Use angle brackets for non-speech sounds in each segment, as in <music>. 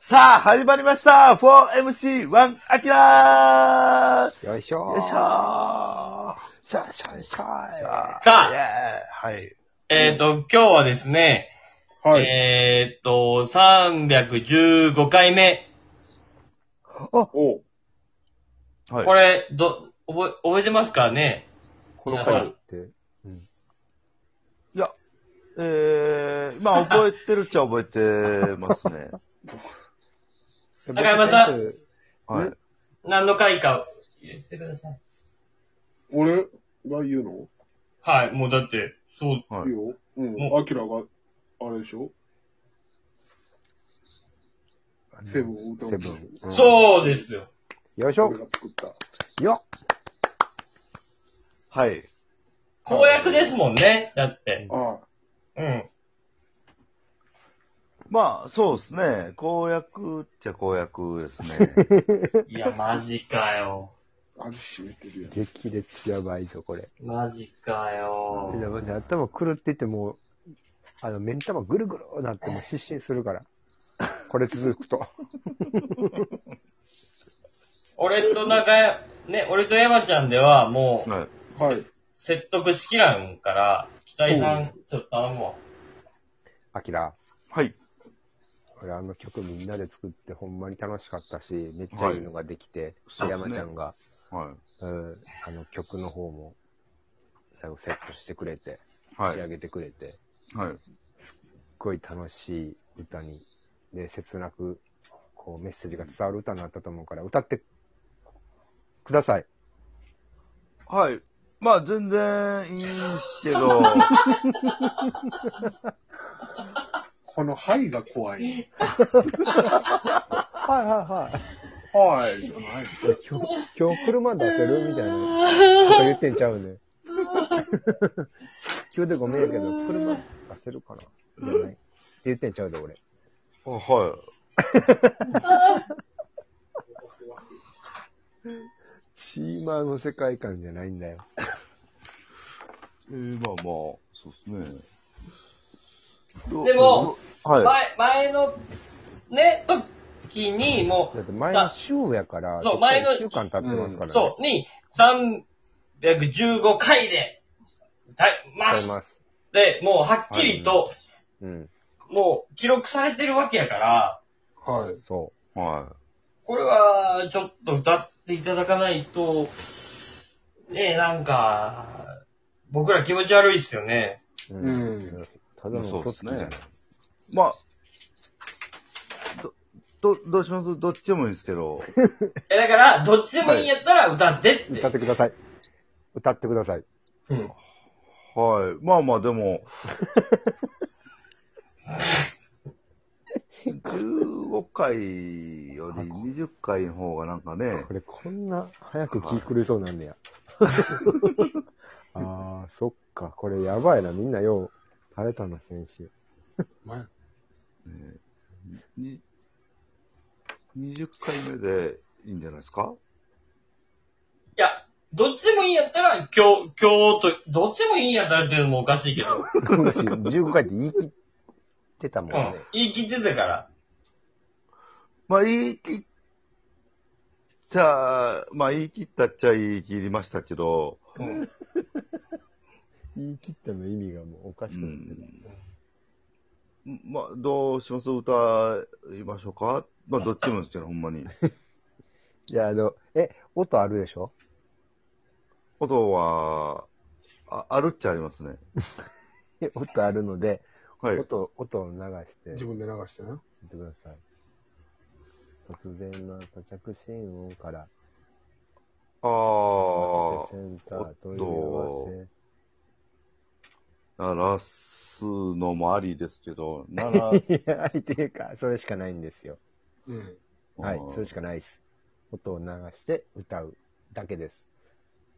さあ、始まりました !4MC1 アキラよいしょーーよいしょーシャーシャーシャーささあイエーイはい。えっ、と、今日はですね、はい。えっ、と、315回目。おうはいこれ、ど、覚え、覚えてますかねこの皆回さっん。て、えー、まあ、覚えてるっちゃ覚えてますね。 <laughs> 中山さんはい。何の回か言ってください。俺が言うのはい、もうだって、そう、はいいいよ。うん。もアキラが、あれでしょセブンを歌う。セブン。うんそうですよ。よいし俺ょが作った。よはい。公約ですもんね、だって。あうん。まあ、そうですね。公約っちゃ公約ですね。 <laughs> いや、マジかよ。あ、味しめてるやん。激烈やばいぞ、これ。マジかよい。や、マジで頭狂っててもう、あの、目ん玉ぐるぐるなってもう失神するから。これ続くと。俺と中山、ね、俺と山ちゃんではもう、はい。はい。説得しきらんから、北井さん、ちょっと頼むわ。アキラ、はい。俺あの曲みんなで作ってほんまに楽しかったし、めっちゃいいのができて、はい山ちゃんが、はうん、あの曲の方も、最後セットしてくれて、い。は仕上い。げてくれて、はい。すっごい楽しい歌に、で、切なく、こう、メッセージが伝わる歌になったと思うから、歌ってください。はい。まあ、全然いいんすけ <laughs> ど、このはいが怖い。はいはいはい、じゃない。はい。今日、今日車出せるみたいなこと言ってんちゃうね。急でごめんやけど、車出せるかなじゃないって言ってんちゃうで、俺。あはい。チーマーの世界観じゃないんだよ。えー、まあまあ、そうですね。どでも、どはい。前、前の、ね、時に、もだって前の週やから、そう前の1週間経ってますからう、ね。そう、に、315回で、歌いま歌いす。ます。で、もうはっきりと、うん。もう記録されてるわけやから、はい。そはこれは、ちょっと歌っていただかないと、ねえ、なんか、僕ら気持ち悪いですよね。う。う。うんん。ただのそう嘘でつすきねじゃない。い。まあ、ど、ど、どうしますどっちでもいいんですけど。え、だから、どっちでもいいんやったら歌ってって。歌ってください。歌ってください。うん。はい。まあまあ、でも、15回より20回の方がなんかねこ、れこんな早く気狂いそうなんねや。 <laughs> ああ、そっか。これやばいな。みんなよう垂れたな、選手。に20回目でいいんじゃないですかいや、どっちでもいいんやったら、今日、今日と、どっちでもいいんやったらっていうのもおかしいけど。昔、15回って言い切ってたもんうんね。。言い切ってたから。まあ、言い切った、まあ、言い切ったっちゃ言い切りましたけど、うん。言い切ったの意味がもうおかうしくなってた。ん。まあ、どうします歌いましょうかまあ、どっちもですけど、ほんまに。じゃあ、あの、え、音あるでしょ音は、ああるっちゃありますね。え音あるので、はい。音、音を流して自分で流してな。言ってください。突然の到着シーン音から、あセー、ンター問い合わせ。鳴らすのもありですけど、なら、はいや、相手か、それしかないんですよ。うん。はい、それしかないです。音を流して歌うだけです。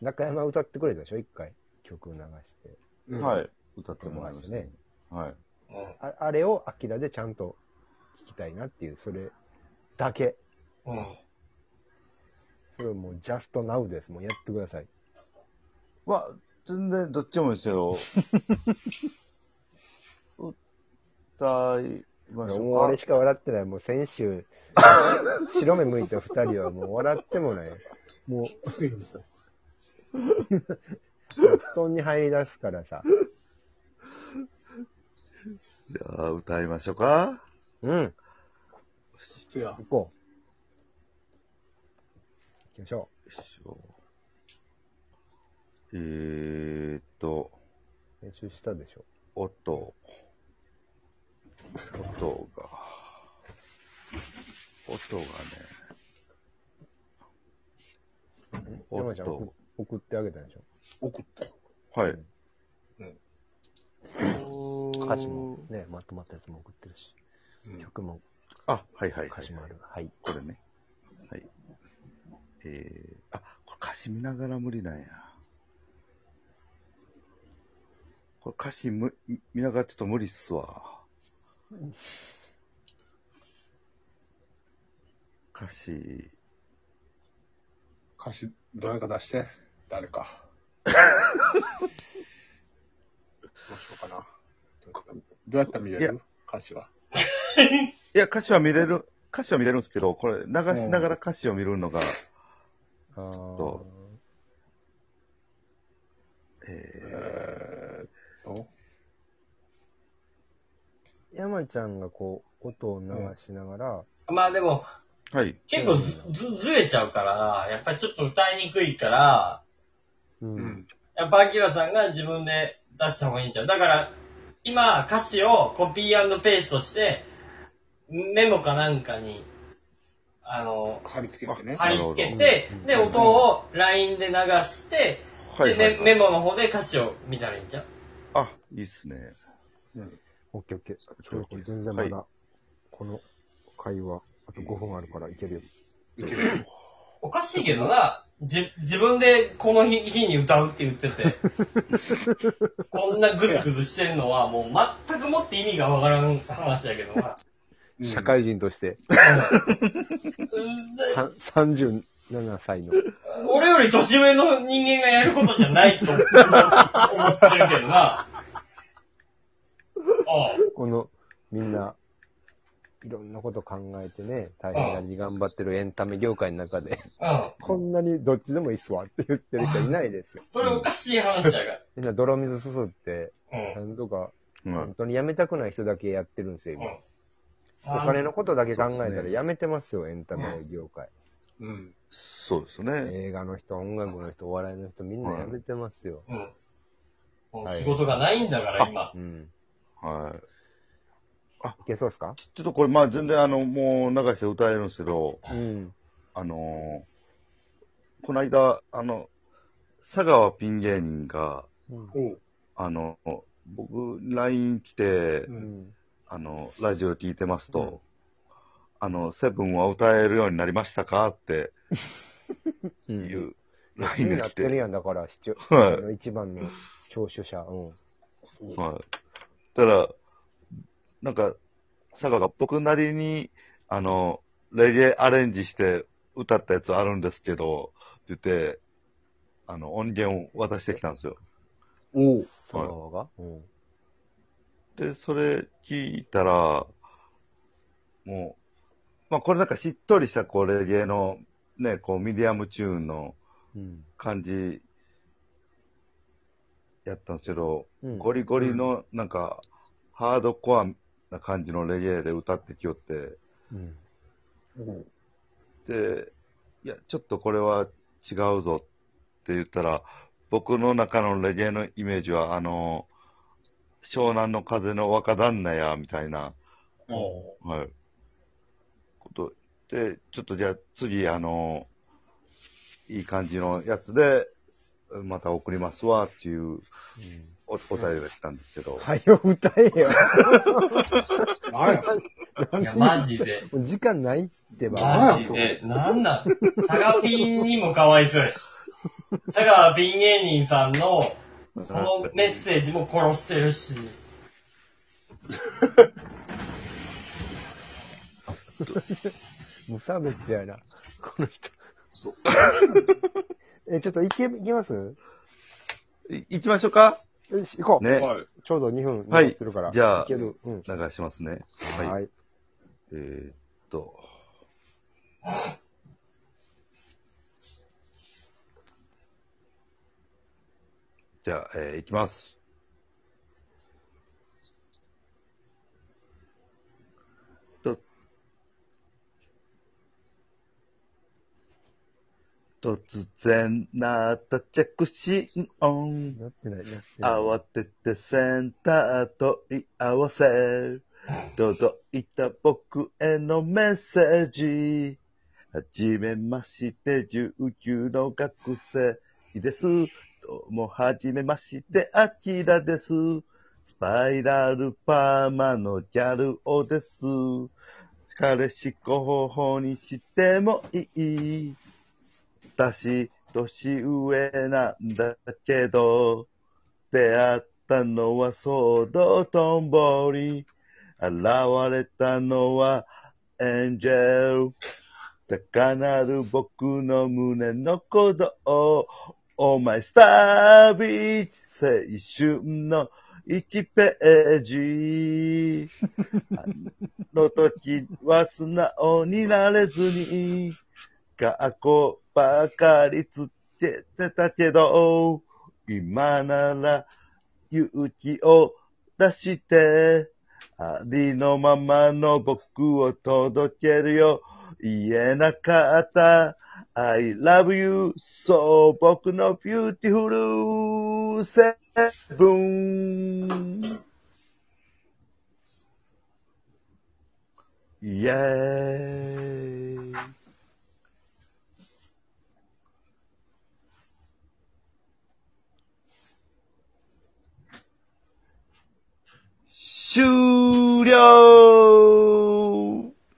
中山歌ってくれたでしょ一回。曲を流して。うん。はいい。歌ってもらいましたね。はい。ああれをアキラでちゃんと聞きたいなっていう、それだけ。うん。うん。それをもうジャストナウです。もうやってください。まあ、全然 <laughs> どっちもいいですけど、歌いきましもうょう俺か。しか笑ってない。もう先週、白目向いた二人はもう笑ってもない。もう、きついんですよ。布団に入り出すからさ。じゃあ、歌いましょうか。うん、きつや行。こう。行きましょよいしょえーっと、う。練習したでしょ。音。音が。音がね。山ちゃん音送。送ってあげたでしょ。送ったよ。はい。歌詞もね、まとまったやつも送ってるし、曲もあ、はいはいは歌詞い、もある。はい。これね。はい。えー、あ、これ歌詞見ながら無理なんや。これ歌詞む見ながらちょっと無理っすわ。歌詞、歌詞、どれか出して。誰か。どうしようかな。どうやったら見れいやる歌詞は。いや、歌詞は見れる、歌詞は見れるんですけど、これ流しながら歌詞を見るのが、あーとええーっと、山ちゃんがこう、音を流しながら、まあでも、ー、はい。結構ずずずれちゃうから、やっぱりちょっと歌いにくいから、うん。うん。やっぱアキラさんが自分で出した方がいいんちゃうだから、今歌詞をコピーペーストして、メモかなんかに、あの、貼り付けてね。貼り付けてなるほ、どで、音を LINE で流して、はい、で、はいメメモの方で歌詞を見たらいいんちゃうあ、いいっすね。うん。オッケーオッケー。ちょっとこれオッケー全然まはだ、この会話、あと5分あるからいけるよ。いける。おかしいけどな、じ、自分でこの日日に歌うって言っ <laughs> てて、こんなグズグズしてるのはもう全くもって意味がわからん話だけどな。うん社会人として、うんでさ37歳の。俺より年上の人間がやることじゃないと思ってるけどな。あこの、みんな、いろんなこと考えてね、大変なりに頑張ってるエンタメ業界の中で、あ、うん。こんなにどっちでもいいっすわって言ってる人いないですよ。それおかしい話だから。みんな泥水すすって、うん。なんとか、うん。本当に辞めたくない人だけやってるんですよ、うん今。お金のことだけ考そえうでたすらね辞めてますよ、エンタメ業界。うん。そうですね。映画の人、音楽の人、お笑いの人、みんな辞めてますよ。うん。もはうい仕事がないんだから、今。うん。はい。いけそうですかちょっとこれ、まあ全然あの、もう流して歌えるんですけど、うん。あのーこの間、あの、佐川ピン芸人が、うん。おう。あの、僕、LINE 来て、うう。んん。あの、ラジオ聞いてますと、あの、セブンは歌えるようになりましたかってういん。う LINE にがなっ来てるて、やん、だから、視聴、はいあの一番の聴取者。うん。そうはい。たら、なんか、佐川が僕なりに、あの、レゲエアレンジして歌ったやつあるんですけど、って言って、あの、音源を渡してきたんですよ。おう。そのがうん。で、それ聞いたら、もう、まあこれなんかしっとりしたこうレゲエのね、こうミディアムチューンのうん。感じやったんですけど、うんゴリゴリのなんかハードコアな感じのレゲエで歌ってきよって、うん。おう。で、いや、ちょっとこれは違うぞって言ったら、僕の中のレゲエのイメージは、あの、湘南の風の若旦那や、みたいな、おう。はい。こと。で、ちょっとじゃあ次、あの、いい感じのやつで、また送りますわっていうおお便りが来たんですけど、はよ、歌えよ。何やそれいや、マジで。もう時間ないってば。マジで。なんなん佐賀ピンにもかわいそう <laughs> やし。佐川ピン芸人さんの、そのメッセージも殺してるし。無差別 <laughs> やな。この人。え、ちょっといけ、いけますい行きましょうかよし、行こう。ね。はい。ちょうど2分はい経ってるから。じゃあいける。うん。流しますね。はい。はい。えーっと。じゃあ、えーいきます。と、突然なった着信音。なってない、なってない。慌ててセンターと問い合わせ。届いた僕へのメッセージ。はじめまして、19の学生です。どうも、はじめまして、アキラです。スパイラルパーマのギャル男です。彼氏候補にしてもいい。私、年上なんだけど、出会ったのは騒動とんぼり。現れたのはエンジェル。高鳴る僕の胸の鼓動。お前スタービーチ青春の1ページ。あの時は素直になれずに、学校ばかりつけてたけど、今なら勇気を出して、ありのままの僕を届けるよ。言えなかった。I love you. そう、僕の beautiful seven. イエーイ。終了